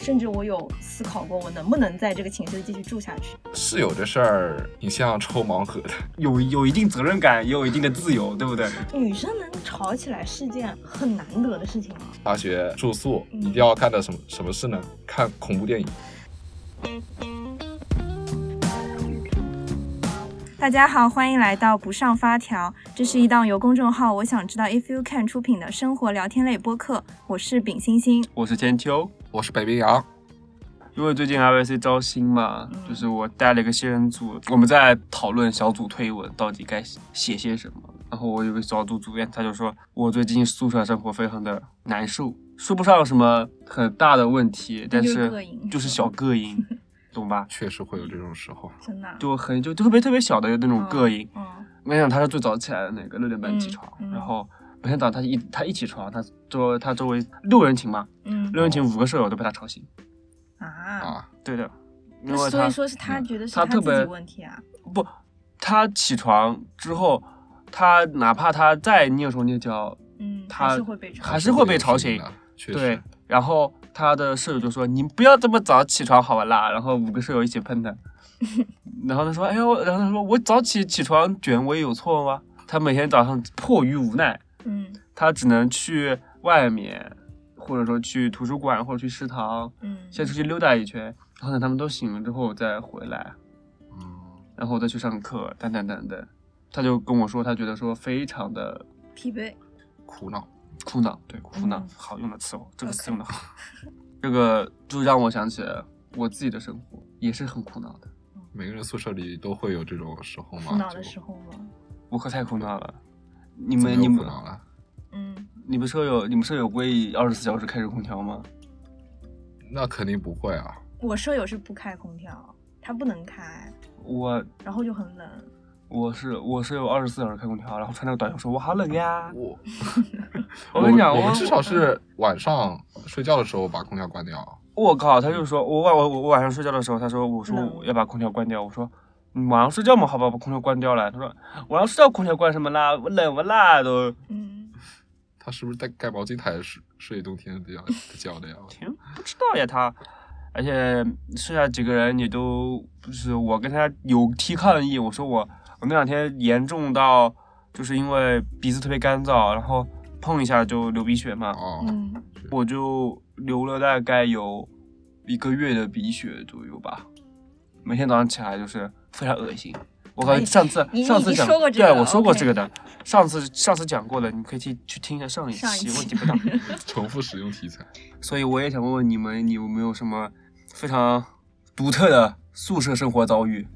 甚至我有思考过，我能不能在这个寝室继续住下去。室友这事儿，你像抽盲盒的，有有一定责任感，也有一定的自由，对不对？女生能吵起来是件很难得的事情啊。大学住宿嗯一定要干的什么什么事呢？看恐怖电影。大家好，欢迎来到不上发条，这是一档由公众号“我想知道 If You Can” 出品的生活聊天类播客。我是丙星星，我是千秋，我是北冰洋。因为最近 RVC 招新嘛，就是我带了一个新人组，我们在讨论小组推文到底该写些什么。然后我有个小组组员，他就说我最近宿舍生活非常的难受，说不上什么很大的问题，但就是是膈应就是小 膈应，懂吧？确实会有这种时候，真的啊，就很就特别特别小的那种膈应。嗯，没想到他是最早起来的那个，六点半起床，嗯嗯然后每天早上他一他一起床，他周他周围六人寝嘛，嗯六人寝五个舍友都被他吵醒。啊，啊，对的，那因为所他嗯以说是他觉得是他自特别己问题啊。不，他起床之后，他哪怕他再蹑手蹑脚，嗯，他还是会被吵。还是会被吵醒的。确对实，，然后他的舍友就说：“你不要这么早起床好吧啦。”然后五个舍友一起 喷他，然后他说：“哎呦，然后他说我早起起床卷我也有错吗？”他每天早上迫于无奈，嗯他只能去外面，或者说去图书馆或者去食堂，嗯，先出去溜达一圈，然后等他们都醒了之后再回来。嗯，然后再去上课，等等等等。他就跟我说，他觉得说非常的疲惫。苦恼。苦恼，对，苦恼嗯，好用的词哦，这个 OK 词用的好。 这个就让我想起了我自己的生活，也是很苦恼的。每个人宿舍里都会有这种时候嘛，苦恼的就时候吗？我可太苦恼了。你怎么们又你苦们恼了？嗯，你们舍友你们舍友不会二十四小时开着空调吗？那肯定不会啊，我舍友是不开空调，他不能开，我然后就很冷。我是我舍友二十四小时开空调，然后穿那个短袖说我好冷呀。我我跟你讲，我我们至少是晚上睡觉的时候把空调关掉。我靠，他就说，我晚我我晚上睡觉的时候，他说我说冷我要把空调关掉，我说你晚上睡觉嘛，好吧，把空调关掉了。他说晚上睡觉空调关什么啦，我冷不啦都。嗯，他是不是在盖毛巾台睡睡冬天的样的 觉的呀？天，不知道呀他，而且剩下几个人也都不是我跟他有提抗议，我说我我那两天严重到就是因为鼻子特别干燥，然后碰一下就流鼻血嘛，哦，嗯，我就流了大概有一个月的鼻血左右吧，每天早上起来就是非常恶心。我感哎觉上次你上次你讲说过这个对我说过 OK 这个的，上次上次讲过的，你可以去去听一下上一上一期，问期题 不大。重复使用题材。所以我也想问问你们，你有没有什么非常独特的宿舍生活遭遇？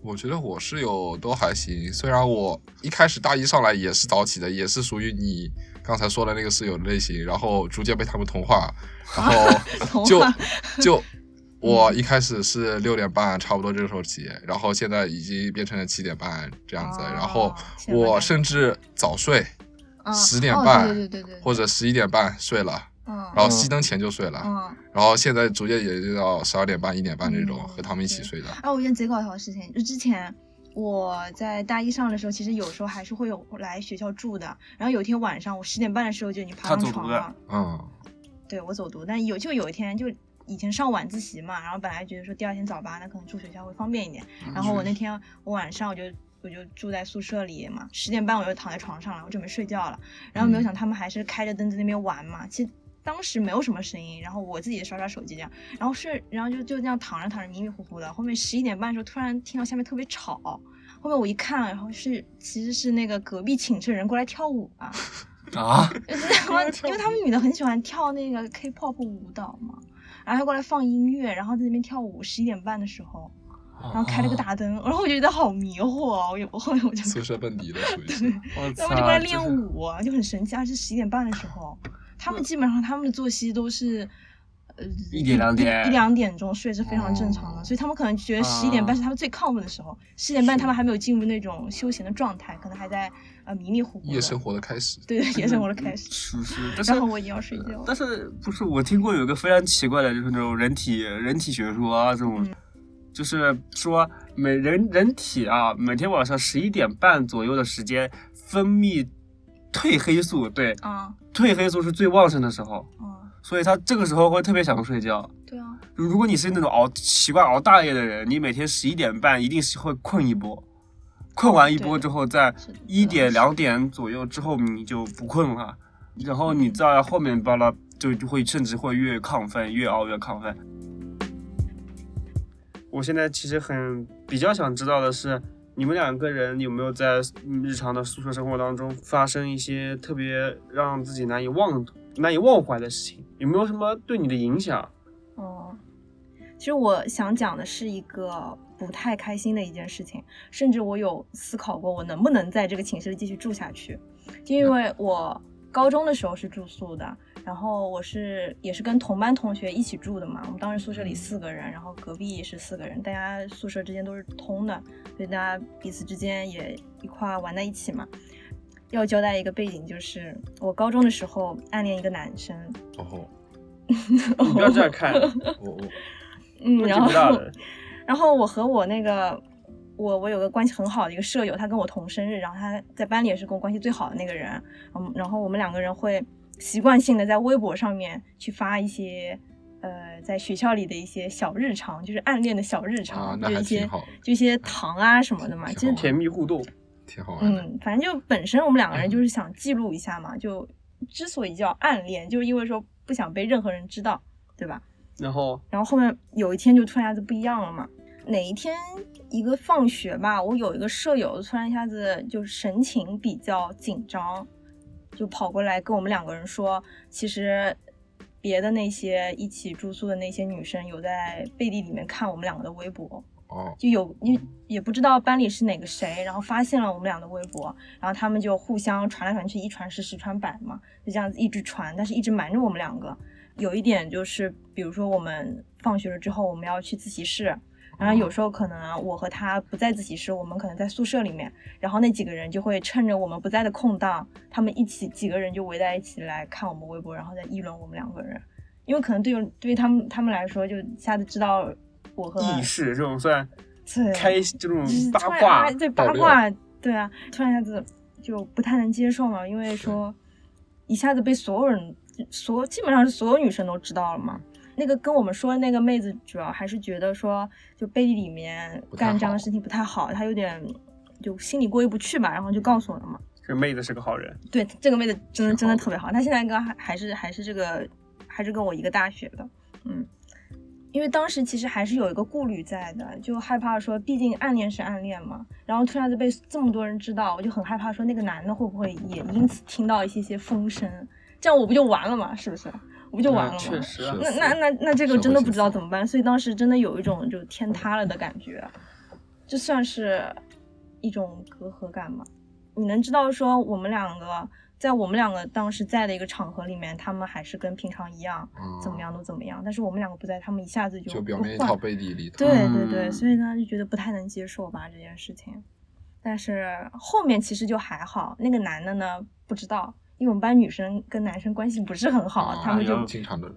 我觉得我室友都还行，虽然我一开始大一上来也是早起的，也是属于你刚才说的那个室友的类型，然后逐渐被他们同化， 然后 就同化 就我一开始是六点半差不多这个时候起，然后现在已经变成了七点半这样子，哦然后前半我段甚至早睡啊10点哦半对对对对对，或者十一点半睡了，嗯然后熄灯前就睡了，嗯。然后现在逐渐也就到十二点半一点半这种嗯和他们一起对睡的，啊，我觉得贼搞笑的事情，就之前我在大一上的时候，其实有时候还是会有来学校住的。然后有一天晚上，我十点半的时候就已经爬他上走床读的了，嗯，对我走读。但有就有一天就。以前上晚自习嘛，然后本来觉得说第二天早八那可能住学校会方便一点，然后我那天我晚上我就我就住在宿舍里嘛，十点半我就躺在床上了，我准备睡觉了，然后没有嗯想他们还是开着灯在那边玩嘛，其实当时没有什么声音，然后我自己刷刷手机这样，然后睡，然后就就这样躺着躺着迷迷糊糊的，后面十一点半的时候突然听到下面特别吵，后面我一看，然后是其实是那个隔壁寝室人过来跳舞啊，啊，就是他们，因为他们女的很喜欢跳那个 K-pop 舞蹈嘛，然后她过来放音乐，然后在那边跳舞，十一点半的时候。然后开哦了个大灯，然后我就觉得好迷惑哦，我有后面我就，宿舍蹦迪的属 于是。我然操，后我就过来这练是舞，啊就很神奇。而且十一点半的时候，他们基本上他们的作息都是，呃，一点两点一两点钟睡是非常正常的，哦所以他们可能觉得十一点半啊是他们最亢奋的时候，十点半是他们还没有进入那种休闲的状态，可能还在呃迷迷糊糊的。夜生活的开始。对 对，夜生活的开始。是 是，但是然后我已经要睡觉了。但是不是我听过有一个非常奇怪的，就是那种人体人体学说啊，这种、嗯就是说每人人体啊，每天晚上十一点半左右的时间分泌褪黑素，对，啊褪黑素是最旺盛的时候，啊所以他这个时候会特别想睡觉。对啊，如如果你是那种熬习惯熬大夜的人，你每天十一点半一定是会困一波，困完一波对之后，在是的一点两点左右之后你就不困了，然后你在后面巴拉就就会甚至会越亢奋，越熬越亢奋。我现在其实很比较想知道的是，你们两个人有没有在嗯日常的宿舍生活当中发生一些特别让自己难以忘、难以忘怀的事情？有没有什么对你的影响？哦，其实我想讲的是一个不太开心的一件事情，甚至我有思考过我能不能在这个寝室里继续住下去，就因嗯为我高中的时候是住宿的，然后我是也是跟同班同学一起住的嘛，我们当时宿舍嗯里四个人，然后隔壁也是四个人，大家宿舍之间都是通的，所以大家彼此之间也一块儿玩在一起嘛。要交代一个背景，就是我高中的时候暗恋一个男生，哦，你不要这样看，我我 嗯，问哦题然后不大的。然后我和我那个我我有个关系很好的一个舍友，他跟我同生日，然后他在班里也是跟我关系最好的那个人，嗯，然后我们两个人会习惯性的在微博上面去发一些。呃，在学校里的一些小日常，就是暗恋的小日常，啊那就还一些挺好的就一些糖啊什么的嘛，挺就是好玩甜蜜互动，挺好玩的。嗯，反正就本身我们两个人就是想记录一下嘛，就之所以叫暗恋，就是因为说不想被任何人知道，对吧？然后然后后面有一天就突然一下子不一样了嘛。哪一天一个放学吧，我有一个舍友突然一下子就神情比较紧张，就跑过来跟我们两个人说，其实别的那些一起住宿的那些女生有在背地里面看我们两个的微博，哦，就有你也不知道班里是哪个谁，然后发现了我们俩的微博，然后他们就互相传来传去，一传十，十传百嘛，就这样子一直传，但是一直瞒着我们两个。有一点就是，比如说我们放学了之后，我们要去自习室，然后有时候可能啊我和他不在自习室，我们可能在宿舍里面，然后那几个人就会趁着我们不在的空档，他们一起几个人就围在一起来看我们微博，然后再议论我们两个人，因为可能对于对于他们他们来说，就一下子知道我和意识这种算对开心这嗯种就是八突然卦哎，对爆八料卦，对啊，突然一下子就不太能接受嘛，因为是说一下子被所有人，所基本上是所有女生都知道了嘛。那个跟我们说的那个妹子，主要还是觉得说，就背地里面不太干这样的好事情不太好，她有点就心里过意不去吧，然后就告诉我了嘛。这妹子是个好人，对，这个妹子真的挺真的好特别好，她现在跟还还是还是这个还是跟我一个大学的，嗯，因为当时其实还是有一个顾虑在的，就害怕说，毕竟暗恋是暗恋嘛，然后突然就被这么多人知道，我就很害怕说那个男的会不会也因此听到一些些风声，这样我不就完了嘛，是不是？我不就完了嗯吗？确实啊是，那那那那这社个会真的性不知道骚怎么办，所以当时真的有一种就天塌了的感觉，就算是一种隔阂感吧。你能知道说我们两个在我们两个当时在的一个场合里面，他们还是跟平常一样，嗯怎么样都怎么样，但是我们两个不在，他们一下子就就表又面一换套，背地里一套。对对对，嗯所以呢就觉得不太能接受吧这件事情。但是后面其实就还好，那个男的呢不知道，因为我们班女生跟男生关系不是很好，啊他们就有经 常的，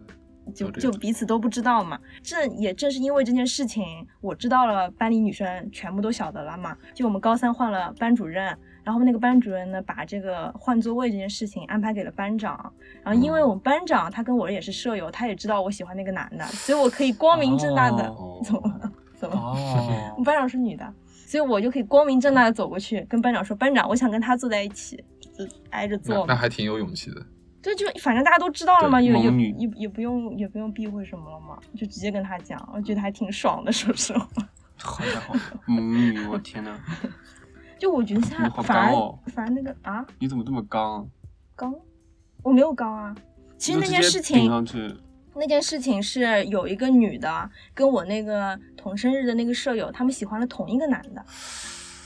就都这就样彼此都不知道嘛。正也正是因为这件事情，我知道了班里女生全部都晓得了嘛。就我们高三换了班主任，然后那个班主任呢，把这个换座位这件事情安排给了班长。然后因为嗯我们班长他跟我也是舍友，他也知道我喜欢那个男的，所以我可以光明正大的、哦怎么了？怎么了？我哦们，班长是女的，所以我就可以光明正大的走过去跟班长说：“班长，我想跟他坐在一起，就挨着那坐。”那还挺有勇气的。对，就反正大家都知道了嘛，对也也猛女也也不用也不用避讳什么了嘛，就直接跟他讲，我觉得还挺爽的，说实话。好家伙，母女，我天呐， 就我觉得现在你好反而、刚哦反而那个啊你怎么这么刚？刚，我没有刚啊。其实你那就件直事接情顶上去，那件事情是有一个女的跟我那个同生日的那个舍友，他们喜欢了同一个男的，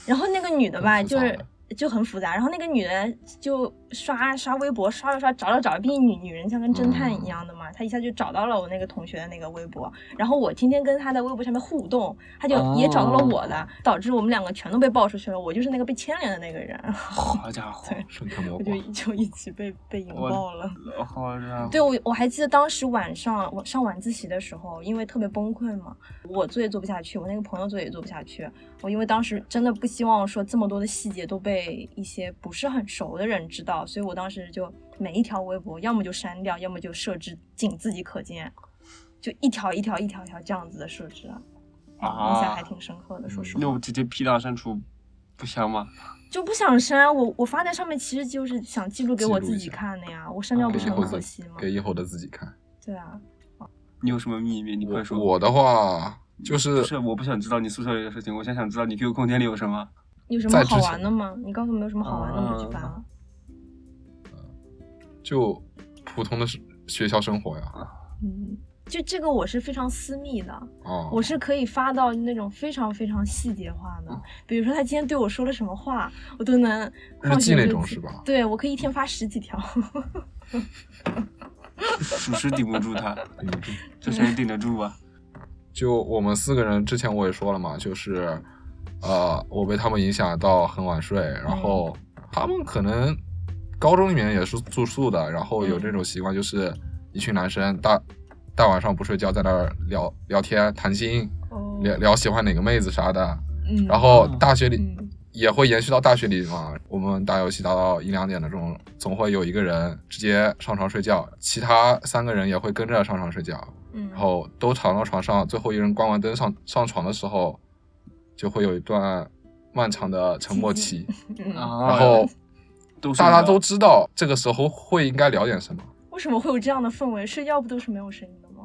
然后那个女的吧，很复就杂是就很复杂，然后那个女的就刷刷微博，刷了刷，找了找，毕竟女女人像跟侦探嗯一样的嘛，她一下就找到了我那个同学的那个微博，然后我天天跟她在微博上面互动，她就哦也找到了我的，导致我们两个全都被爆出去了，我就是那个被牵连的那个人， 好家伙，对顺藤摸我就瓜，就一起被被引我爆了。好家伙，对，我我还记得当时晚上我上晚自习的时候，因为特别崩溃嘛，我做也做不下去，我那个朋友做也做不下去。我因为当时真的不希望说这么多的细节都被一些不是很熟的人知道，所以我当时就每一条微博要么就删掉，要么就设置仅自己可见，就一条一条一条一条这样子的设置啊，啊印象还挺深刻的，说实那话嗯我。直接批量删除不香吗？就不想删，我我发在上面其实就是想记录给我记录自一己下啊看的呀，我删掉不给是以很后可的惜吗？给以后的自己看。对啊，你有什么秘密？你快说。我的话就是不是，我不想知道你宿舍里的事情，我现在想知道你 QQ 空间里有什么。有什在么之好前啊玩的吗？你告诉我们有什么好玩的，我就去翻了。就普通的是学校生活呀。嗯，就这个我是非常私密的，哦，我是可以发到那种非常非常细节化的，哦比如说他今天对我说了什么话，我都能日放记学那就种记是吧？嗯对，我可以一天发十几条。属实顶不住他，这谁顶得住啊？就我们四个人，之前我也说了嘛，就是，呃，我被他们影响到很晚睡，嗯然后他们可能高中里面也是住宿的，然后有嗯这种习惯，就是一群男生大大晚上不睡觉，在那儿聊聊天、谈心，哦聊聊喜欢哪个妹子啥的，嗯，然后大学里嗯也会延续到大学里嘛，我们打游戏打到一两点的这种，总会有一个人直接上床睡觉，其他三个人也会跟着上床睡觉。嗯，然后都躺到床上，最后一人关完灯上上床的时候，就会有一段漫长的沉默期，嗯啊然后都睡大家不着都知道这个时候会应该聊点什么，为什么会有这样的氛围？睡觉不都是没有声音的吗？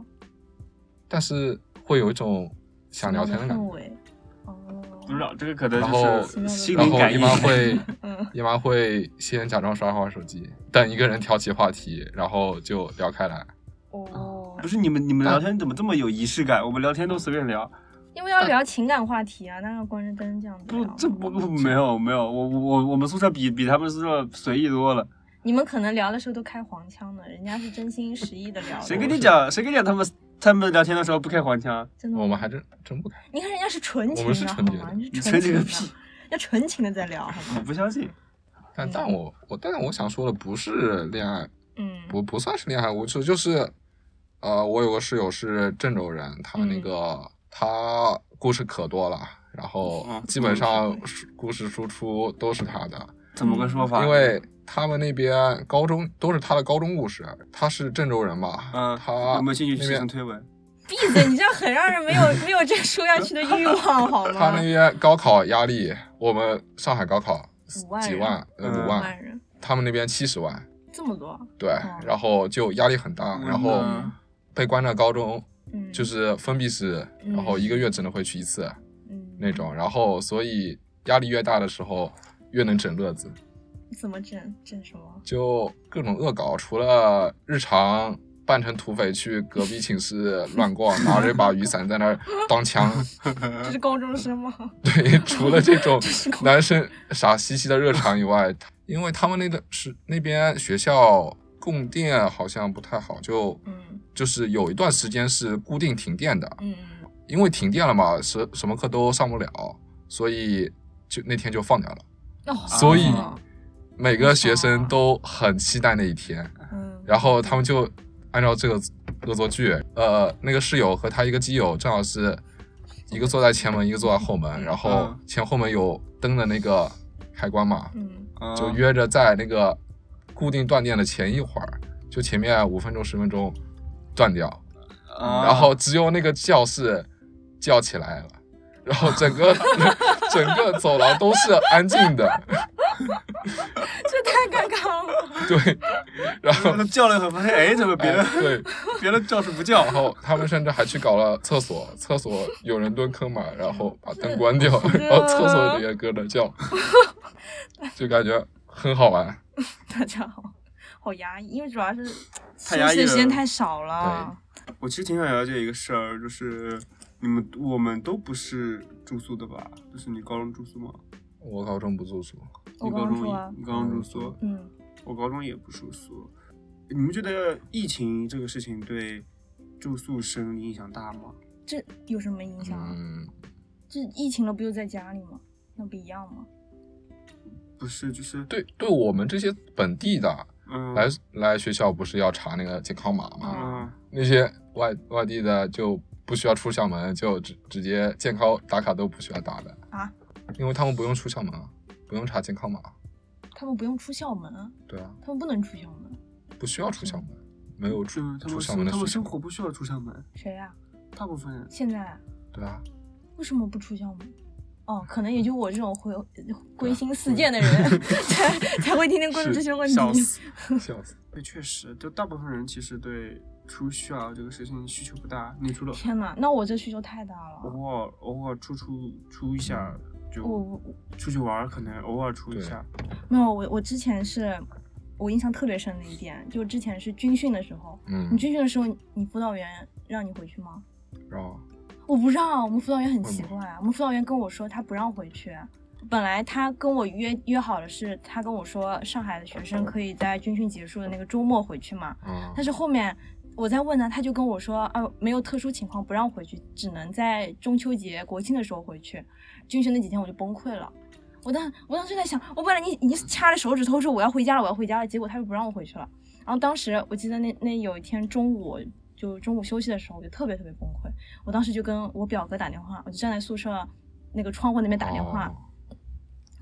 但是会有一种想聊天的什么感样的氛觉。围。不哦，知道这个可能然就是后心然灵后感一应。般会啊嗯，一般会先假装刷会儿手机，等一个人挑起话题，然后就聊开来。哦 不，是你们你们聊天怎么这么有仪式感？我们聊天都随便聊，因为要聊情感话题啊，当然要关着灯这样子不聊。这不不没有没有，我我我我们宿舍比比他们宿舍随意多了。你们可能聊的时候都开黄腔的，人家是真心实意的聊的。谁跟你讲谁跟你讲他们他们聊天的时候不开黄腔？真的吗？我们还真真不敢，你看人家是纯情我们是的好纯洁吗？的你你是吹纯这情个的，屁！要纯情的在聊好我吗？不相信。但嗯但我我但我想说的不是恋爱，嗯，不不算是恋爱无知，就是，呃，我有个室友是郑州人，他嗯那个、他故事可多了，然后嗯基本上输故事输出都是他的，怎么个说法？因为他们那边高中都是他的高中故事，他是郑州人嘛，嗯，他有没有兴趣啊那写成边推文？闭嘴！你这样很让人没有 没有这说下去的欲望好吗他那？边高考压力，我们上海高考五万人几万呃嗯五五万，万人哦他们那边七十万，这么多，对，然后就压力很大，然后嗯被关到高中。嗯，就是封闭式，然后一个月只能回去一次嗯那种，然后所以压力越大的时候越能整乐子，怎么整整什么？就各种恶搞，除了日常扮成土匪去隔壁寝室乱逛，拿着一把雨伞在那儿 当枪，呃这是高中生吗？对，除了这 种是恐怖男生傻兮兮的日常以外，因为他们那个是那边学校供电好像不太好，就嗯就是有一段时间是固定停电的，嗯嗯因为停电了嘛，什什么课都上不了，所以就那天就放掉了。哦，所以哦每个学生都很期待那一天，嗯，然后他们就按照这个恶作剧，呃，那个室友和他一个基友正好是一个坐在前门，一个坐在后门，然后嗯前后门有灯的那个开关嘛，嗯就嗯约着在那个固定断电的前一会儿，就前面五分钟十分钟断掉，啊然后只有那个教室叫起来了，然后整 个整个走廊都是安静的，这太尴尬了。对，然后他叫了一会儿，发现哎，怎么别哎的对，别的教室不叫？然后他们甚至还去搞了厕所，厕所有人蹲坑嘛，然后把灯关 掉，啊然后厕所里也跟着叫，就感觉很好玩。大家好，好压抑，因为主要是休太压抑息的时间了太少了。我其实挺想了解一个事儿，就是你们我们都不是住宿的吧？就是你高中住宿吗？我高中不住宿，我你刚高刚中说也啊，你高中住宿，嗯，我高中也不住宿。你们觉得疫情这个事情对住宿生影响大吗？这有什么影响啊？嗯，这疫情了不就在家里吗？那不一样吗？不是，就是对，对我们这些本地的嗯，来啊来学校不是要查那个健康码吗？嗯，那些外外地的就不需要出校门，就直直接健康打卡都不需要打的啊，因为他们不用出校门啊，不用查健康码。他们不用出校门啊，对啊，他们不能出校门。不需要出校门，没有出嗯就是他出们校门生的他需们求生。活不需要出校门，谁呀、大部 分人现在啊 对啊，为什么不出校门？哦，可能也就我这种会归心似箭的人才才会天天关注这些问笑题。死。笑死。对，确实，就大部分人其实对出校这个事情需求不大，你除了天哪，那我这需求太大了。偶尔偶尔出出出一下，嗯就啊我我出去玩儿可能偶尔出一下，没有我我之前是，我印象特别深的一点，就之前是军训的时候，嗯你，军训的时候，你辅导员让你回去吗？然后我不让，我们辅导员很奇为什怪，我们辅导员跟我说他不让回去。本来他跟我约约好的是，他跟我说上海的学生可以在军训结束的那个周末回去嘛。嗯但是后面我在问他，他就跟我说啊，没有特殊情况不让回去，只能在中秋节、国庆的时候回去。军训那几天我就崩溃了。我当我当时在想，我本来已经已经掐着手指头说我要回家了，我要回家了，结果他又不让我回去了。然后当时我记得那那有一天中午，就中午休息的时候，我就特别特别崩溃。我当时就跟我表哥打电话，我就站在宿舍那个窗户那边打电话，哦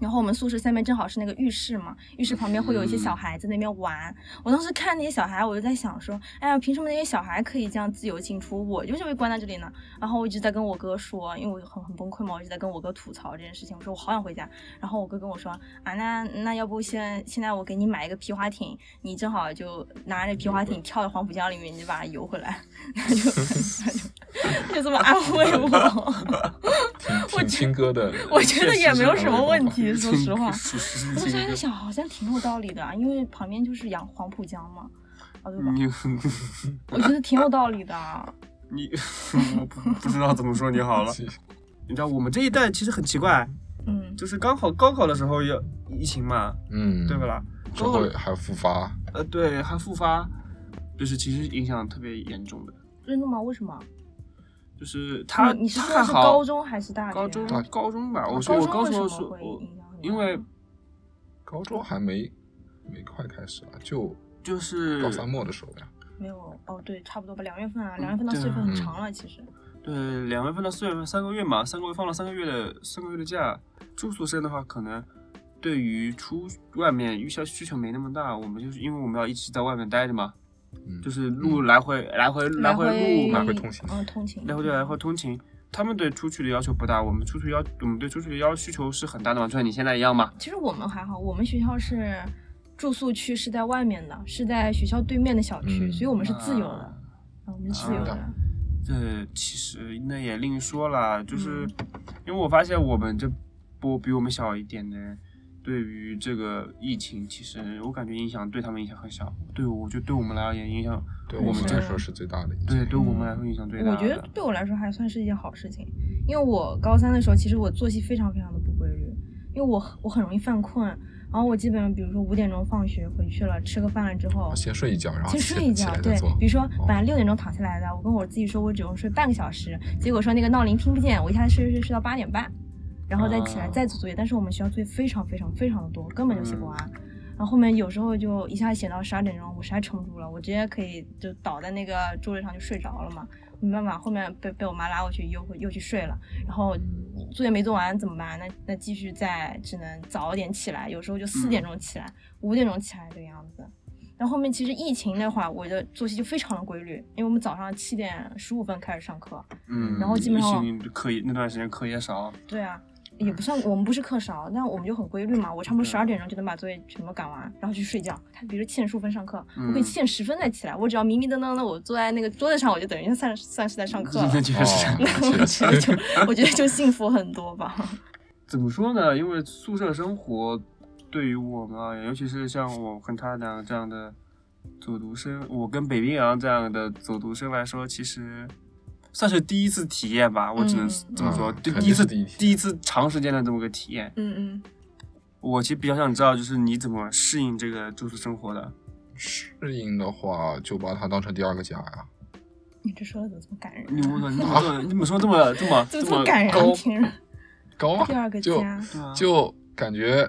然后我们宿舍下面正好是那个浴室嘛，浴室旁边会有一些小孩在那边玩。我当时看那些小孩，我就在想说，哎呀，凭什么那些小孩可以这样自由进出，我就是被关在这里呢？然后我一直在跟我哥说，因为我很很崩溃嘛，我一直在跟我哥吐槽这件事情。我说我好想回家。然后我哥跟我说，啊，那那要不现现在我给你买一个皮划艇，你正好就拿着皮划艇跳到黄浦江里面，你就把它游回来。他就他就他就这么安慰我，挺 我挺觉听歌的， 我觉得也没有什么问确题，说实 话。属实我当时还在是想，好像挺有道理的，啊，因为旁边就是杨黄浦江嘛，啊对吧？你我觉得挺有道理的啊。 你 我不不知道怎么说你好了。你知道我们这一代其实很奇怪，嗯，就是刚好高考的时候也疫情嘛，嗯，对不？啦？之高考后还复发，呃对，还复发，就是其实影响特别严重的，真的吗？为什么？就是他你你是他说的还是好高中还是大学啊？啊高中大高中吧，我高说我中高为什中么说会我影响很大因为高中还没没快开始啊，就就是高三末的时候呀。没有哦，对，差不多吧，两月份啊，嗯两月份到四月份对很啊长了，其实。对，两月份到四月份三个月嘛，三个月放了三个月的三个月的假，住宿生的话可能对于出外面预销需求没那么大，我们就是因为我们要一直在外面待着嘛，嗯，就是路来回来回来回路嘛来，回通勤嗯，通勤。来回对来回通勤，他们对出去的要求不大，我们出去要我们对出去的要需求是很大的嘛，就像你现在一样嘛，其实我们还好，我们学校是住宿区是在外面的，是在学校对面的小区，嗯所以我们是自由的啊，啊，我们是自由的啊。这其实那也另说啦，就是嗯因为我发现我们这波比我们小一点的人，对于这个疫情，其实我感觉影响对他们影响很小，对我就对我们来而言影响，对我我们们这来说是最大的影响。对对我们来说影响最大的。我觉得对我来说还算是一件好事情，因为我高三的时候，其实我作息非常非常的不规律，因为我很我很容易犯困，然后我基本上比如说五点钟放学回去了，吃个饭了之后，啊先睡一觉，然后先起睡一觉起来，对再做，哦比。如说本来六点钟躺下来的，我跟我自己说我只用睡半个小时，结果说那个闹铃听不见，我一下子睡睡睡到八点半，然后再起来啊再做作业，但是我们学校作业非常非常非常的多，根本就写嗯不完。然后后面有时候就一下写到十二点钟，我实在撑不住了，我直接可以就倒在那个桌子上就睡着了嘛。没办法，后面被被我妈拉过去又又去睡了，然后嗯作业没做完怎么办？那那继续再只能早点起来，有时候嗯就四点钟起来，五、点钟起来这个样子。然后后面其实疫情那会儿，我的作息就非常的规律，因为我们早上七点十五分开始上课，嗯，然后基本上疫情课业那段时间课业少，对啊，也不算我们不是课少，但我们就很规律嘛。我差不多对十二点钟就能把作业全部赶完，然后去睡觉。他比如欠十五分上课，我可以嗯欠十分再起来。我只要迷迷瞪瞪的，我坐在那个桌子上，我就等于算算是在上课了。那确实。哦 那我觉得就 我觉得就幸福很多吧。怎么说呢？因为宿舍生活对于我们而言，尤其是像我跟他俩这样的走读生，我跟北冰洋这样的走读生来说，其实算是第一次体验吧。我只能嗯这么说，嗯就肯定第一次是第一体验第一次长时间的这么个体验。嗯我其实比较想知道，就是你怎么适应这个住宿生活的？适应的话，就把它当成第二个家呀。嗯，你这说的怎么这么感人？啊你我操，你怎 么这么你怎么说这么这么 怎么这这么感人啊？高？听着，高第啊，二个就家，对啊，就感觉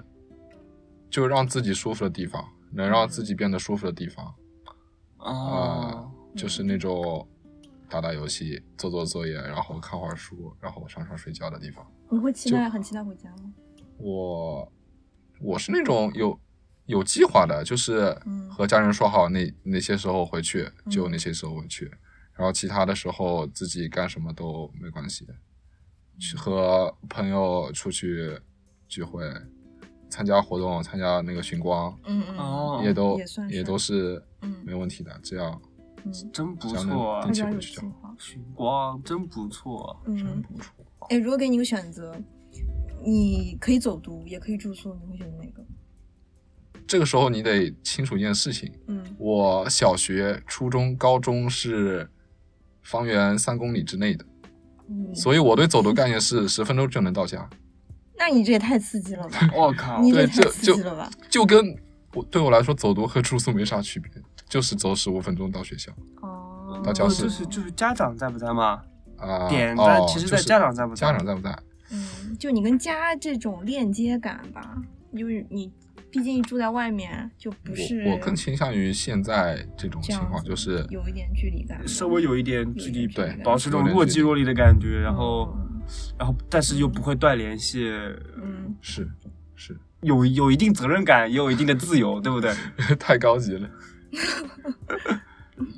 就让自己舒服的地方，能让自己变得舒服的地方，啊，嗯就是那种打打游戏、做做作业，然后看会儿书，然后上床睡觉的地方。你会期待很期待回家吗？我我是那种有有计划的，就是嗯和家人说好哪哪些时候回去，就嗯哪些时候回去，然后其他的时候自己干什么都没关系，嗯去和朋友出去聚会，参加活动，参加那个寻光，嗯嗯，哦，也都也算是都是嗯没问题的，只要嗯，真不只要能错啊比定期较回有去计就好。划。寻光真不错啊。嗯，不错。哎，如果给你一个选择，你可以走读，也可以住宿，你会选择哪个？这个时候你得清楚一件事情，嗯我小学、初中、高中是方圆三公里之内的，嗯，所以我对走读概念是十分钟就能到家。那你这也太刺激了吧！我靠，你这 对，也太就刺就激了吧！就跟我对我来说，走读和住宿没啥区别，就是走十五分钟到学校哦，到教室就是就是家长在不在嘛？啊。点在哦，其实就在是家长在不在家长在不在？嗯，就你跟家这种链接感吧，就是你毕竟住在外面，就不是我我更倾向于现在这种这情样况，子就是有一点距离感，稍微有一点距离，对保持这有种点若距即离若离的感觉，然后嗯然后但是又不会断联系，嗯，是是有有一定责任感，也有一定的自由，对不 对？太高级了。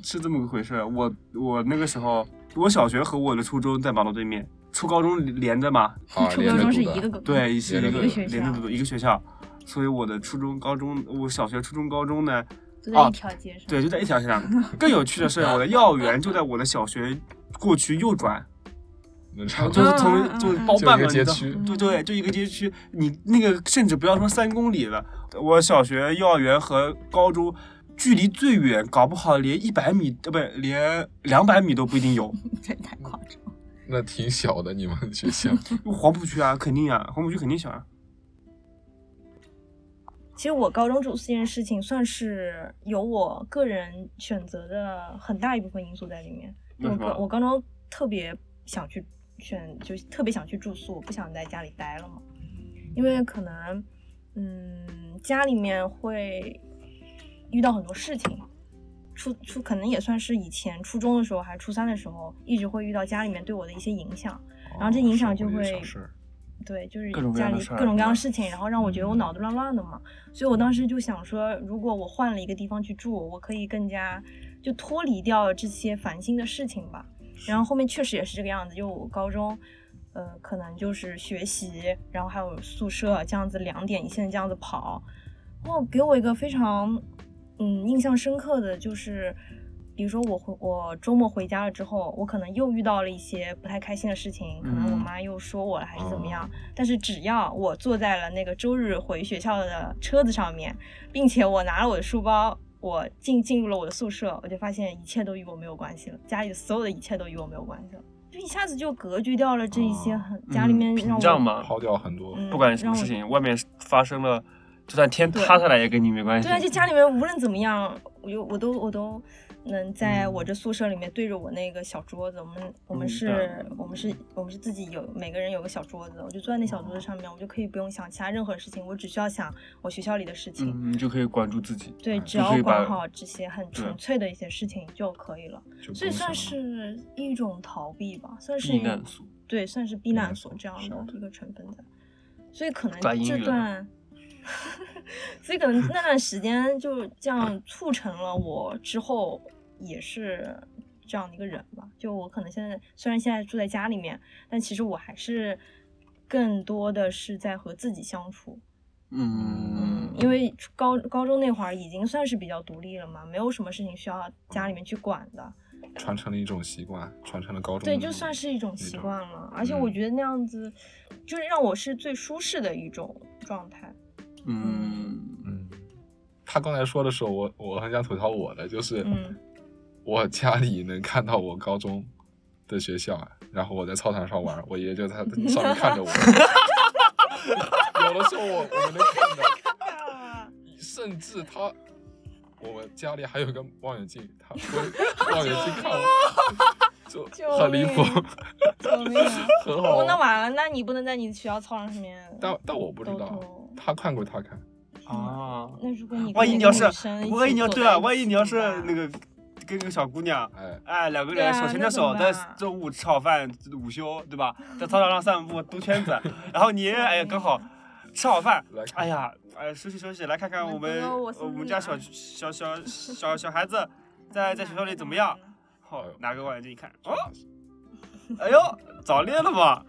是这么个回事儿。我我那个时候，我小学和我的初中在马路对面，初高中连着嘛，啊，初连高着中是读一个的，个对，是连一着个读的连着读的一个学校，所以我的初中、高中，我小学、初中、高中呢，都在啊一条街上，对，就在一条线上。更有趣的是， 我的幼儿园就在我的小学过去右转，能然差后不就多嗯嗯是从嗯就是嗯包就办一了，个你街知道区对对，就一个街区，你那个甚至不要说三公里了，我小学、幼儿园和高中距离最远，搞不好连一百米，呃，不，连两百米都不一定有。这 太夸张了。那挺小的，你们学 校哦黄浦区啊，肯定啊，黄浦区肯定小啊。其实我高中住宿这件事情，算是有我个人选择的很大一部分因素在里面。为我什么高我高中特别想去选，就是特别想去住宿，不想在家里待了嘛，因为可能嗯家里面会遇到很多事情。初初可能也算是以前初中的时候还是初三的时候，一直会遇到家里面对我的一些影响，然后这影响就社会的会小事儿对，就是各种各家样的里事儿各种各样的对嗯事情，然后让我觉得我脑子乱乱的嘛。所以我当时就想说，如果我换了一个地方去住，我可以更加就脱离掉这些烦心的事情吧。然后后面确实也是这个样子，就我高中，呃，可能就是学习，然后还有宿舍这样子两点一线这样子跑，然后给我一个非常嗯印象深刻的就是。比如说我回我周末回家了之后，我可能又遇到了一些不太开心的事情，可能我嗯妈又说我了还是怎么哦样，但是只要我坐在了那个周日回学校的车子上面，并且我拿了我的书包，我进进入了我的宿舍，我就发现一切都与我没有关系了，家里所有的一切都与我没有关系了，就一下子就隔绝掉了这一些哦很、家里面嗯让屏我障嘛，抛掉很多。嗯不管什么事，让我情，外面发生了，就算天塌下来也跟你没关 系。对啊，就家里面无论怎么样，我就我都我都能在我这宿舍里面对着我那个小桌子，我们我们嗯是对我们是我们是自己有每个人有个小桌子，我就坐在那小桌子上面，我就可以不用想其他任何事情，我只需要想我学校里的事情。嗯，你就可以管住自己。对，嗯只就可要以管把好这些很对纯粹的一些事情就可以了，就所以不用算想是一种逃避吧，算是避难所对，算是避难难所所这样是的的一个成分在，所以可能转英这语了段，所以可能那段时间就这样促成了我之后也是这样的一个人吧。就我可能现在虽然现在住在家里面，但其实我还是更多的是在和自己相处，嗯嗯，，因为初高高中那会儿已经算是比较独立了嘛，没有什么事情需要家里面去管的。传承了一种习惯，传承了高中对，的就那算种是一种那习种惯了，而且我嗯觉得那样子就是让我是最舒适的一种状态。嗯，嗯。他刚才说的时候，我我很想吐槽我的，就是嗯我家里能看到我高中的学校，啊然后我在操场上玩，我爷就在上面看着 我。有的时候我我们能看到，甚至他，我们家里还有个望远镜，他会望远镜看我，就很离谱，救命啊！很好哦，那玩。完了，那你不能在你学校操场上面但但我不知兜道，啊头。他看过他看，啊，那如果你万跟一一你个要女是生一，起万一你要坐对在啊，一万一起你要怎是么办那个跟个小姑娘，哎，哎，两个对啊人手牵着手那在怎么办中午吃好饭，午休，对吧？在操场上散步，兜圈子，然后你救哎呀，命刚好吃好饭来，看哎呀，哎，休息休息，来看看我我们哥哥我呃孙我女们家啊小小 小小小孩子在在学校里怎么样？好哎呦，拿个望远镜一看，哦，哎呦，早恋了吧？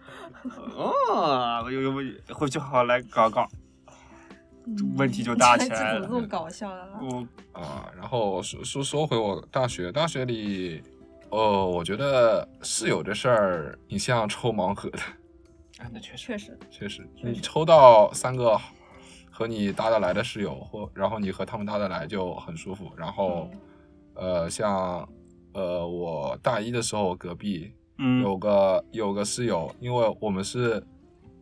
哦，有有有，回去好好来搞搞。嗯问题就大起这怎来么了这么搞笑了啦？我啊，然后说说说回我大学，大学里，哦，我觉得室友这事儿挺像抽盲盒的，啊，那确实确实，哎确实，确你实抽到三个和你搭得来的室友，或然后你和他们搭得来就很舒服。然后，嗯呃，像呃我大一的时候，隔壁嗯有个有个室友，因为我们是。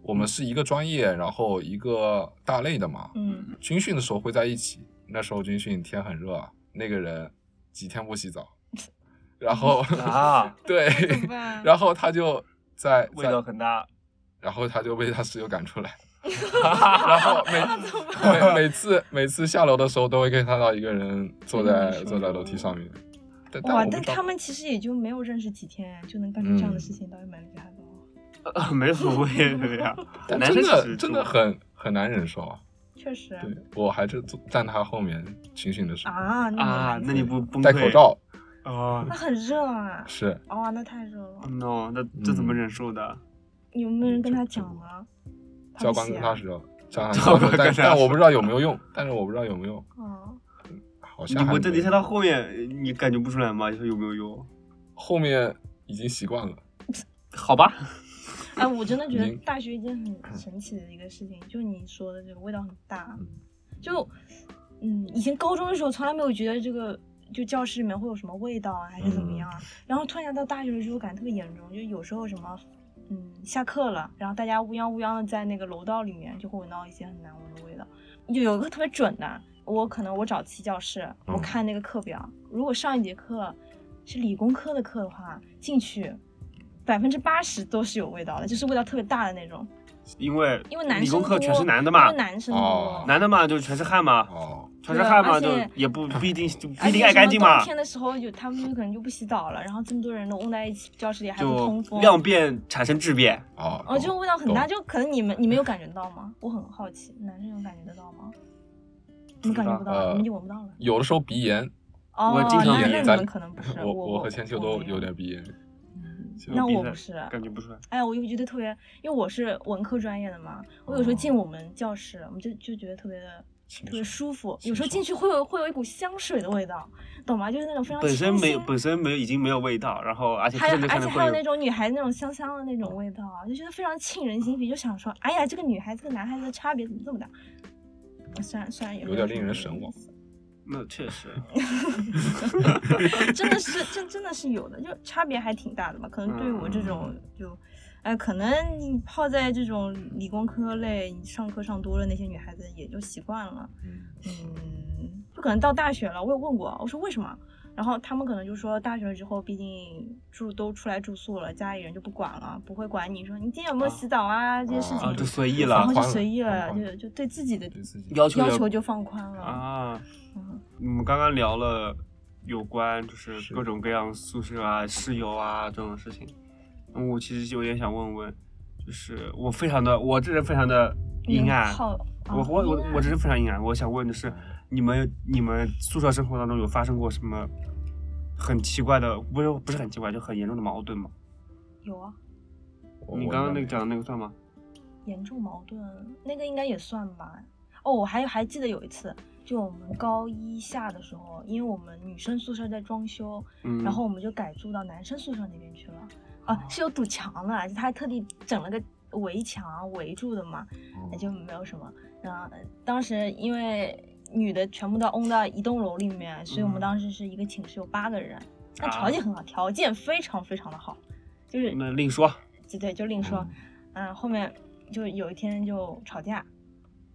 我们是一个专业，然后一个大类的嘛。 嗯，军训的时候会在一起，那时候军训天很热，啊那个人几天不 洗澡，然后啊， 对，怎么办？啊然后他就在味在道很大， 然后他就被他室友赶出来，然然后每那怎么办？每每次每次下楼的时候，都会可以看到一个人坐在嗯坐在楼梯上面。但但哇我，不但知道他们其实也就没有认识几天，就能干出这样的嗯事情，倒也蛮厉害的哦。 没所谓的呀。 但男真生其的实真就的很很难忍受啊！确实对我还是坐站他后面军训的时候，啊，啊，那你不崩戴溃？口罩啊那很热啊！是哇，那太热嗯了。 ？No，那这怎么忍受的？有没有人跟他讲呢？他教不官写跟啊他说，教 官教官跟但他但我说不知道有没有用，但是我不知道有没有，哦，好你像还我这没你看有到后面，你感觉不出来吗？以后有没有用？后面已经习惯了。好吧，哎，我真的觉已得经大学一件很神奇的一个事情，就你说的这个味道很大嗯，就嗯，以前高中的时候从来没有觉得这个。就教室里面会有什么味道啊，还是怎嗯么样啊？然后突然间到大学的时候，感觉特别严重，就有时候什么，嗯，下课了，然后大家乌泱乌泱的在那个楼道里面，就会闻到一些很难闻的味道。就有一个特别准的，我可能我找齐教室，嗯我看那个课表，如果上一节课是理工科的课的话，进去百分之八十都是有味道的，就是味道特别大的那种。因为因为男理生多，工课全是男的因嘛为，男生多，哦男的嘛就全是汗嘛，哦，全是汗嘛对啊就而且也不不一定就不而一且定爱干净嘛冬，天的时候有他们可能就不洗澡了，然后这么多人都嗡在一起，教室里还不就通风。量变产生质变。哦，哦，就懂味道很大，懂就可能你们你们有感觉到吗？我很好奇，男生有感觉得到吗？你不们知道感觉不到，呃你们就闻不到了。有的时候鼻炎，哦，我经常那有那点你在们可能不是， 我我和千秋都有点。鼻炎，我没有那鼻我子不是，感觉不出来，哎，我就觉得特别，因为我是文科专业的嘛，我有时候进我们教室，我们就就觉得特别的特别舒服，有时候进去会有会有一股香水的味道，懂嗯吗？就是那种非常本身清没新本身没有已经没有味道，然后而且还有看着而看且着还有那会种女孩子那种香香的那种味道，啊就觉得非常沁人心脾，就想说，哎呀，这个女孩子跟男孩子的差别怎么这么大？虽然虽然也没有点什么令人别的神意往思。那确实，真的是真真的是有的，就差别还挺大的吧。可能对我这种嗯就，哎，可能你泡在这种理工科类，你上课上多了，那些女孩子也就习惯了。嗯，就可能到大学了，我有问过，我说为什么？然后他们可能就说，大学之后毕竟住都出来住宿了，家里人就不管了，不会管你说你今天有没有洗澡啊这些事情，啊就随意然了后就随意了，对就就对自己的自己要求要也求就放宽了。啊，嗯我们刚刚聊了有关就是是各种各样宿舍啊、室友啊这种事情，那我其实有点想问问，就是我非常的，我这人非常的阴暗，好，啊我我我阴暗我这人非常阴暗，我想问的是，你们你们宿舍生活当中有发生过什么很奇怪的，不是不是很奇怪，就很严重的矛盾吗？有啊。我你我刚刚那应个该讲的那个算吗？严重矛盾，那个应该也算吧。哦，我还还记得有一次，就我们高一下的时候，因为我们女生宿舍在装修，嗯，哦然后我们就改住到男生宿舍那边去了。啊，是有堵墙的，就他还特地整了个围墙围住的嘛，那没有就没有什么。然后呃当时因为女的全部都嗡到一栋楼里面，所以我们嗯当时是一个寝室有八个人，但啊条件很好，条件非常非常的好，就是那另说，对对，就另说。嗯嗯，后面就有一天就吵架，哦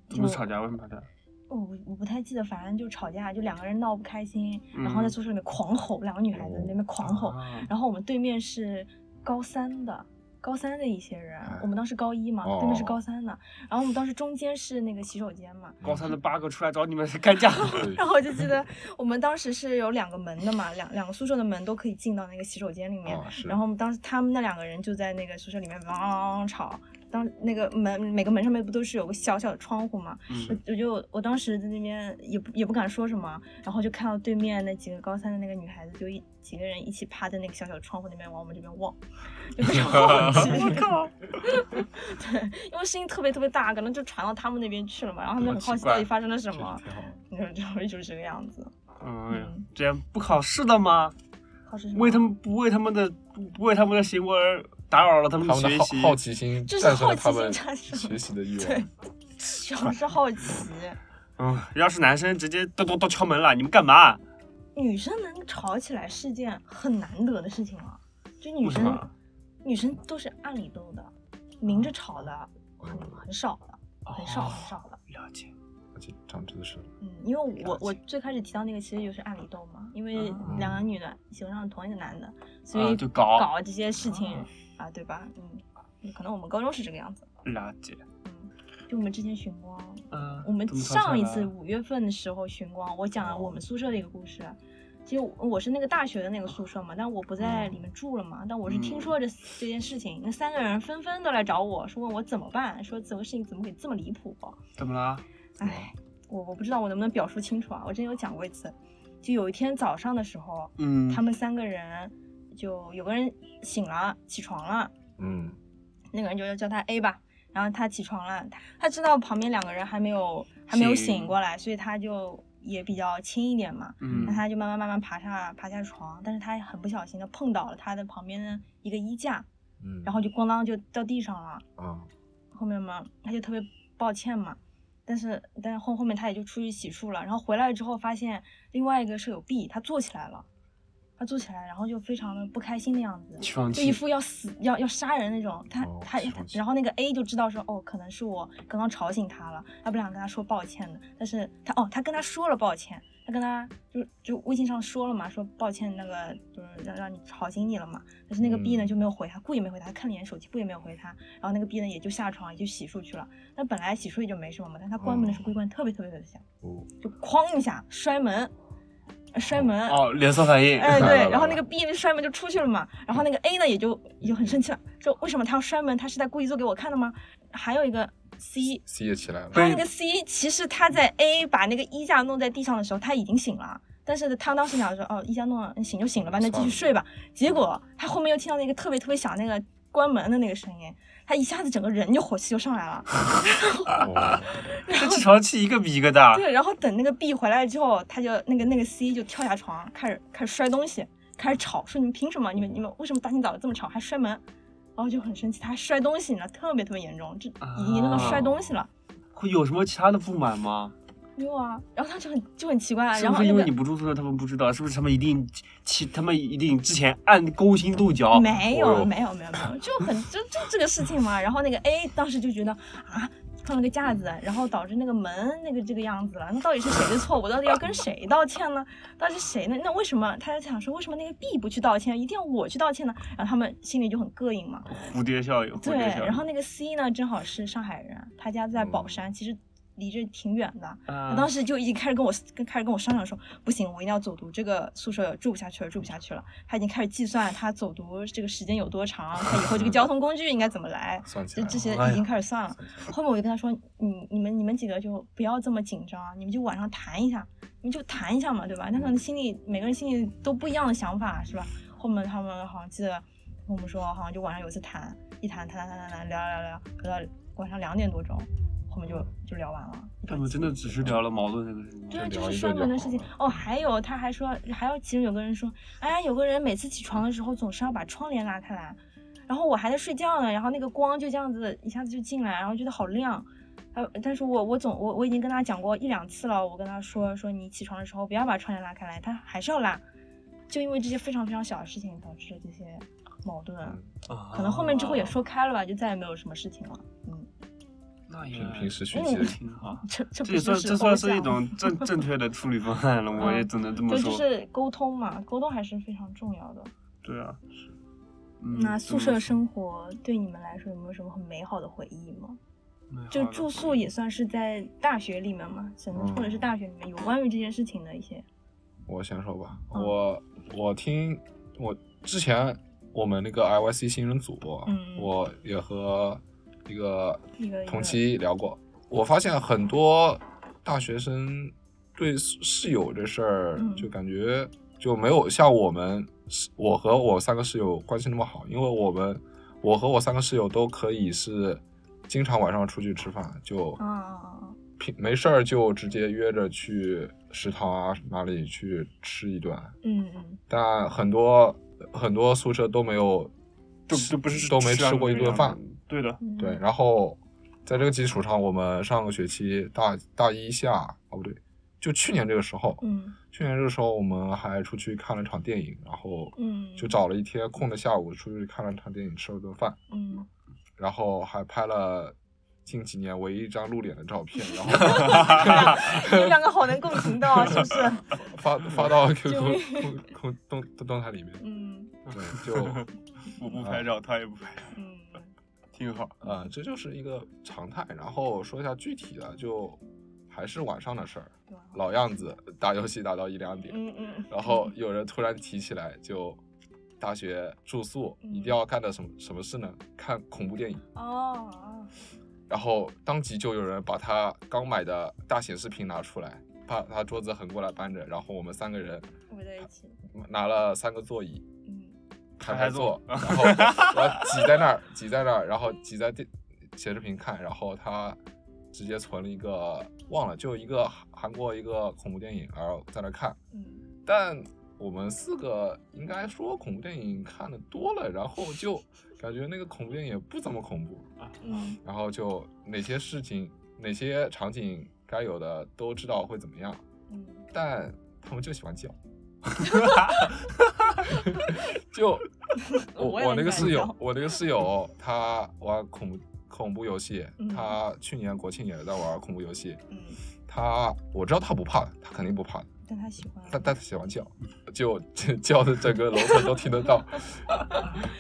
你们吵架为什么吵架？我不我不太记得，反正就吵架，就两个人闹不开心，然后在嗯宿舍里面狂吼，两个女孩子在那边狂吼，啊然后我们对面是高三的。高三的一些人，哎我们当时高一嘛，对面是哦高三的，然后我们当时中间是那个洗手间嘛，高三的八个出来找你们干架，嗯 对然后我就记 得我们当时是有两个门的嘛，两两个宿舍的门都可以进到那个洗手间里面，啊是，然后我们当时他们那两个人就在那个宿舍里面汪汪汪吵，当那个门每个门上面不都是有个小小的窗户吗？我嗯我就我当时在那边也不也不敢说什么，然后就看到对面那几个高三的那个女孩子，就一几个人一起趴在那个小小窗户那边往我们这边望，就非常好奇。我 靠！对，因为声音特别特别大，可能就传到他们那边去了嘛，然后他们就很好奇到底发生了什么，嗯挺好的。你知道就是这个样子。嗯，这样不考试了吗？好奇什么为他们不为他们的不不为他们的行为而打扰了他们他的们的学习好好奇心就是战胜了好奇他心们战胜学习的欲 对望。，主 要是好奇。嗯，要是男生直接咚咚咚敲门了，你们干嘛？女生能吵起来是件很难得的事情啊，就女为什生么，女生都是暗里斗的，明着吵的很嗯很少的，啊很少很少的。哦了解。这长知识了，嗯，因为我了解我最开始提到那个其实就是暗里斗嘛，因为嗯两个女的喜欢上同一个男的，所啊以就搞搞这些事情啊啊，对吧？嗯，可能我们高中是这个样子。了解。嗯，就我们之前寻光，嗯，我们怎么吵起来上一次了五月份的时候巡光，我讲了哦我们宿舍的一个故事。其实我我是那个大学的那个宿舍嘛，但我不在里面住了嘛。但我是听哦嗯说这这件事情，那三个人纷纷都来找我说问我怎么办，说这个事情怎么会这么离谱？怎么了？哎，哦我我不知道我能不能表述清楚啊。我之前有讲过一次，就有一天早上的时候，嗯，他们三个人就有个人醒了，起床了，嗯，那个人就叫他 A 吧。然后他起床了，他他知道旁边两个人还没有还没有醒醒过来，所以他就也比较轻一点嘛。嗯那他就慢慢慢慢爬下爬下床，但是他很不小心的碰倒了他的旁边的一个衣架，嗯，然后就咣当就掉地上了。啊，后面嘛，他就特别抱歉嘛，但是但是后后面他也就出去洗漱了，然后回来之后发现另外一个舍友 B 他坐起来了，他坐起来，然后就非常的不开心的样子，起床就一气。副要死要要杀人那种。他、哦他是吗然后那个 A 就知道说，哦，可能是我刚刚吵醒他了，他本来想跟他说抱歉的，但是他哦，他跟他说了抱歉，他跟他就就微信上说了嘛，说抱歉那个就是让让你吵醒你了嘛。但是那个 B 呢嗯就没有回他，故意没回他，他看了一眼手机，故意没有回他。然后那个 B 呢也就下床也就洗漱去了。那本来洗漱也就没什么嘛，但他关门的时候嗯故意关得特别特别特别响，哦，就哐一下摔门，呃摔门。哦，连锁反应。 哎，来了对，然后那个来了 B 就摔门就出去了嘛，然后那个 A 呢也就也就很生气了，说为什么他要摔门？他是在故意做给我看的吗？还有一个 C，吸也起来 了还有那被个 C，其实他在 A 把那个衣架弄在地上的时候，他已经醒了。但是他当时想说，哦，衣架弄了，嗯醒就醒了吧，那继续睡吧。结果他后面又听到那个特别特别响那个关门的那个声音，他一下子整个人就火气就上来了。哦，这起床气一个比一个大。对，然后等那个 B 回来之后，他就那个那个 C 就跳下床，开始开始摔东西，开始吵，说你们凭什么？你们你们为什么大清早的这么吵，还摔门？然后就很生气，他还摔东西呢，特别特别严重，这已经弄啊到摔东西了。会有什么其他的不满吗？没有啊，然后他就很就很奇怪啊，是然不后是因为那你个不住宿舍，他们不知道？是不是他们一定其他们一定之前暗勾心斗角？没哦有哟没有没有没有，就很就就这个事情嘛。然后那个 A 当时就觉得啊，碰了个架子，然后导致那个门那个这个样子了，那到底是谁的错？我到底要跟谁道歉呢？到底是谁呢？那为什么他想说为什么那个 B 不去道歉，一定要我去道歉呢？然后他们心里就很膈应嘛。蝴蝶效应，蝴对，蝶效应。然后那个 C 呢，正好是上海人，他家在宝山，其实离这挺远的。他啊当时就已经开始跟我跟开始跟我商量说，不行，我一定要走读，这个宿舍住不下去了，住不下去了。他已经开始计算他走读这个时间有多长，他以后这个交通工具应该怎么 来，算起这来了，这些哎已经呀开始算了。后面我就跟他说，你你们你们几个就不要这么紧张，啊你们就晚上谈一下，你们就谈一下嘛，对吧？那可能心里每个人心里都不一样的想法，是吧？后面他们好像记得跟我们说，好像就晚上有一次谈，一谈谈谈谈谈谈聊聊聊聊，聊到晚上两点多钟，后面就就聊完了。他们真的只是聊了矛盾这个事情。对啊，就就聊是一摔顿就门的好事情了哦。还有，他还说，还有其中有个人说，哎呀，有个人每次起床的时候总是要把窗帘拉开来，然后我还在睡觉呢，然后那个光就这样子一下子就进来，然后觉得好亮。呃，但是我我总我我已经跟他讲过一两次了，我跟他说说你起床的时候不要把窗帘拉开来，他还是要拉，就因为这些非常非常小的事情导致了这些矛盾，嗯可能后面之后哦也，说开了吧，就再也没有什么事情了。嗯，那也平平时学嗯习，挺好。这这这不也算就是这算偶是像一种 正正确的处理方案了，我也只能这么对，就说。是沟通嘛，沟通还是非常重要的。对啊，嗯那宿舍生活活对你们来说有没有什么很美好的回忆吗？就住宿也算是在大学里面嘛，什么嗯或者是大学里面有关于这件事情的一些，我先说吧，嗯我我听我之前我们那个 IYC 新人组，嗯我也和一个一个一个同期聊过，我发现很多大学生对室室友这事儿嗯就感觉就没有像我们是我和我三个室友关系那么好，因为我们我和我三个室友都可以是经常晚上出去吃饭，就啊啊啊啊！平没事儿就直接约着去食堂啊哪里去吃一顿，嗯嗯，但很多很多宿舍都没有就吃就不是都没啊吃吃过一顿饭，。对的，嗯对，，然后在这个基础上，我们上个学期大大一下哦不对，就去年这个时候，嗯去年这个时候我们还出去看了场电影，然后嗯，就找了一天空的下午出去看了场电影，吃了顿饭， 嗯，然后还拍了近几年唯一一张露脸的照片，然后你们两个好能共情到啊，是不是？发 发到 QQ 救空空动动动态里面，嗯对，就我啊不拍照，他也不拍照，嗯挺好。呃这就是一个常态。然后说一下具体的，就还是晚上的事儿。对吧老样子打游戏打到一两点，嗯嗯，然后有人突然提起来，就大学住宿一嗯定要干的什么什么事呢？看恐怖电影。哦哦，然后当即就有人把他刚买的大显示屏拿出来，把他桌子横过来搬着，然后我们三个人围在一起，拿了三个座椅，嗯排排排坐坐，然后然后挤在那儿， 挤在那儿，然后挤在电显示屏看，然后他直接存了一个忘了，就一个韩韩国一个恐怖电影，然后在那儿看。嗯，但我们四个应该说恐怖电影看的多了，然后就感觉那个恐怖电影也不怎么恐怖，嗯然后就哪些事情、哪些场景该有的都知道会怎么样，嗯但他们就喜欢叫。 就我我也我那很个喜室欢友叫，我那个 室友他玩恐怖恐怖游戏嗯，他去年国庆也在玩恐怖游戏。嗯，他我知道他不怕，他肯定不怕，但他喜欢，但但他喜欢叫，就叫的整个楼层都听得 到。嗯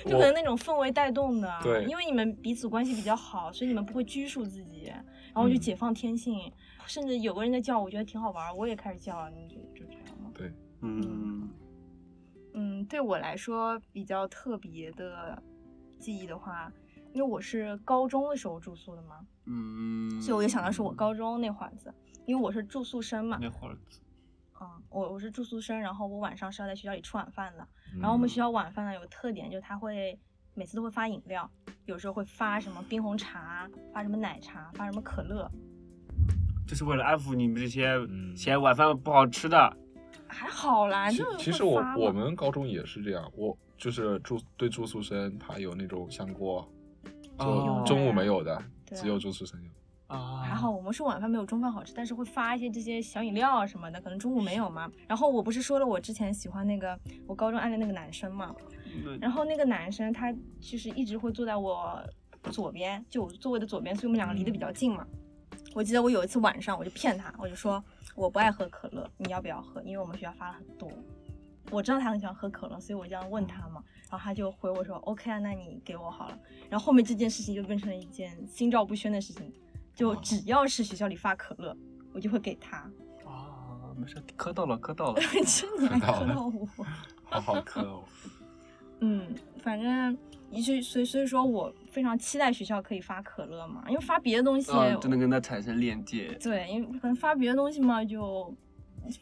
就可能我那种氛围带动的，啊对因为你们彼此关系比较好，所以你们不会拘束自己，然后就嗯解放天性，甚至有个人在叫，我觉得挺好玩儿，我也开始叫，你就就这样吗？嗯，嗯，对我来说比较特别的记忆的话，因为我是高中的时候住宿的嘛，嗯，所以我就想到是我高中那会儿子，因为我是住宿生嘛，那会儿，嗯，我我是住宿生，然后我晚上是要在学校里吃晚饭的，然嗯后我们学校晚饭呢有个特点，就是它会每次都会发饮料，有时候会发什么冰红茶，发什么奶茶，发什么可乐，就是为了安抚你们这些嗯嫌晚饭不好吃的。还好啦，其就其会实我发我嘛们高中也是这样，我就是住对住宿生，他有那种香锅，哦就中午没有的，对啊只有住宿生有。啊，还好我们是晚饭没有中饭好吃，但是会发一些这些小饮料啊什么的，可能中午没有嘛。然后我不是说了我之前喜欢那个我高中暗恋那个男生嘛，那，然后那个男生他就是一直会坐在我左边，就我座位的左边，所以我们两个离得比较近嘛。我记得我有一次晚上，我就骗他，我就说我不爱喝可乐，你要不要喝？因为我们学校发了很多。我知道他很喜欢喝可乐，所以我这样问他嘛，然后他就回我说 OK 啊，那你给我好了。然后后面这件事情就变成了一件心照不宣的事情，就哦只要是学校里发可乐，我就会给他。 啊，没事，磕到了，磕到了。这你还知道坑了到我？啊好好 磕哦，嗯，反正一句，所以所以说我非常期待学校可以发可乐嘛，因为发啊别的东西，嗯，就能跟他产生链接。对，因为可能发别的东西嘛，就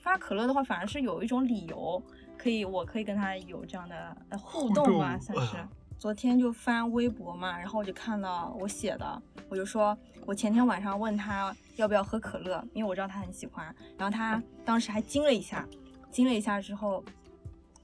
发可乐的话，反而是有一种理由，可以我可以跟他有这样的呃互动啊吧，互算动是。昨天就翻微博嘛，然后我就看到我写的，我就说我前天晚上问他要不要喝可乐，因为我知道他很喜欢，然后他当时还惊了一下，惊了一下之后，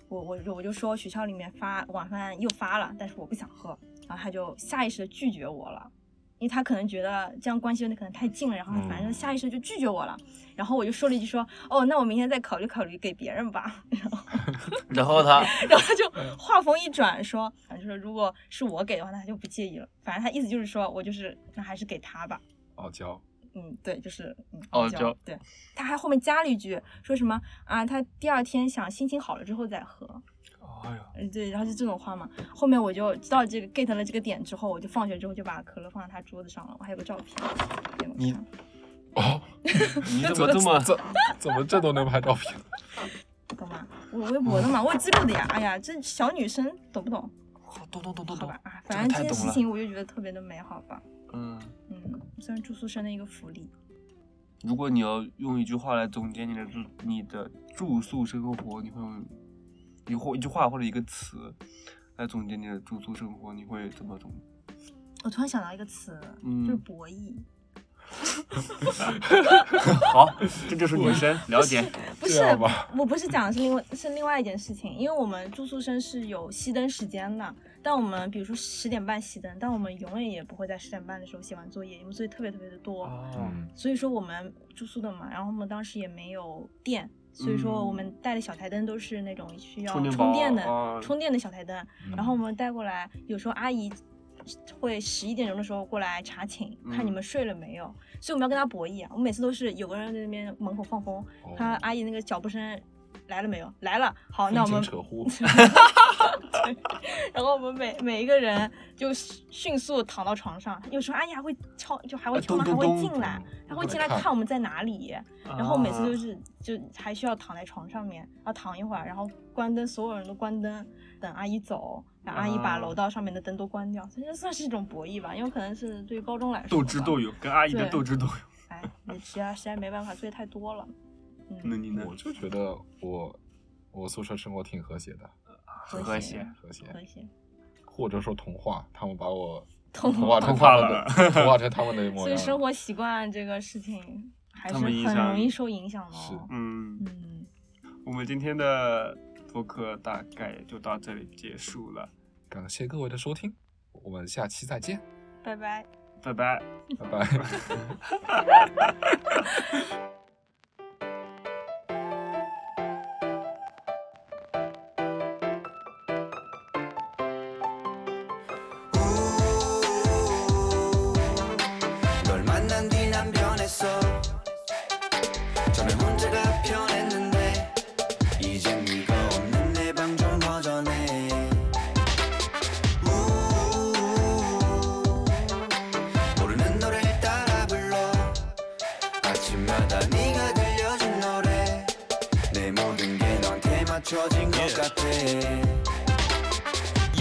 我我我就说学校里面发晚饭又发了，但是我不想喝，然后他就下意识的拒绝我了，因为他可能觉得这样关系有点可能太近了，然后他反正下意识就拒绝我了，然后我就说了一句说哦，那我明天再考虑考虑给别人吧， 然后他， 然后他就话锋一转说，反正说如果是我给的话，那他就不介意了，反正他意思就是说我就是那还是给他吧，傲娇，嗯，对，就是嗯傲傲娇娇，对，他还后面加了一句说什么啊，他第二天想心情好了之后再喝，哎呀，嗯，对，然后就这种话嘛。后面我就知道这个 get 了这个点之后，我就放学之后就把可乐放在他桌子上了，我还有个照片给我你看。哦，你 怎么这么这怎么这都能拍照片？懂吗？我微博的嘛，我有记录的呀。哎呀，这小女生懂不懂？咚咚咚咚好咚吧？啊，这反个正太这件懂事了情我就觉得特别的美好吧。嗯，嗯，算是住宿生的一个福利。如果你要用一句话来总结你的住你的住宿生活，你会用一或一句话或者一个词来总结你的住宿生活，你会怎 么总？我突然想到一个词，嗯就是博弈。 好，这就是女生了解， 不这是样吧，我不是讲的是另外是另外一件事情，因为我们住宿生是有熄灯时间的，但我们比如说十点半熄灯，但我们永远也不会在十点半的时候写完作业，因为作业特别特别的多。哦，嗯，所以说我们住宿的嘛，然后我们当时也没有电，所以说我们带的小台灯都是那种需要嗯充电宝充电的、啊充电的小台灯，嗯然后我们带过来，有时候阿姨会十一点钟的时候过来查寝，看你们睡了没有，所以我们要跟她博弈啊，我每次都是有个人在那边门口放风，哦看阿姨那个脚步声来了没有，来了，好，风那我情们 扯呼，然后我们每每一个人就迅速躺到床上，有时候阿姨还会敲，就还会啊敲门，还咚咚会咚进来，还会进来看我们在哪里。嗯然后每次哦啊就是就还需要躺在床上面，然后躺一会儿，然后关灯，所有人都关灯，等阿姨走，然后阿姨把啊楼道上面的灯都关掉，这就算是一种博弈吧，因为可能是对于高中来说斗智吧斗，勇，跟阿姨的对斗智斗勇，哎，你实在实在没办法，作业太多了。那嗯，你呢我？就觉得我我宿舍生活挺和谐的，和和谐谐，和谐，和谐，或者说童话，他们把我 童话成童他话们的，童话成他们的模所以样。生活习惯这个事情还是他们影很响容易受影响的、是哦。嗯，嗯，我们今天的播客大概就到这里结束了，感谢各位的收听，我们下期 再见，拜拜。拜拜。拜拜。 널 만난 뒤 난 변했어 전에 문제가 변했는데 이젠 네가 없는 내 방 좀 허전해 우우우. 모르는 노래 따라 불러 아침마다 네가 들려준 노래 내 모든 게 너한테 맞춰진 것 같아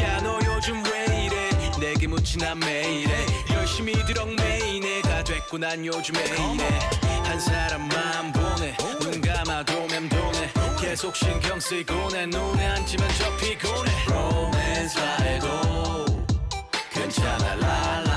야 너 요즘 왜 이래 내게 묻지나 매일에 열심히 드럭매이 내가 됐고 난 요즘에 이래 한 사람만 보네 눈 감아도 맴도네 계속 신경 쓰이고 내 눈에 앉으면 저 피곤해 로맨스라 해도 괜찮아 라라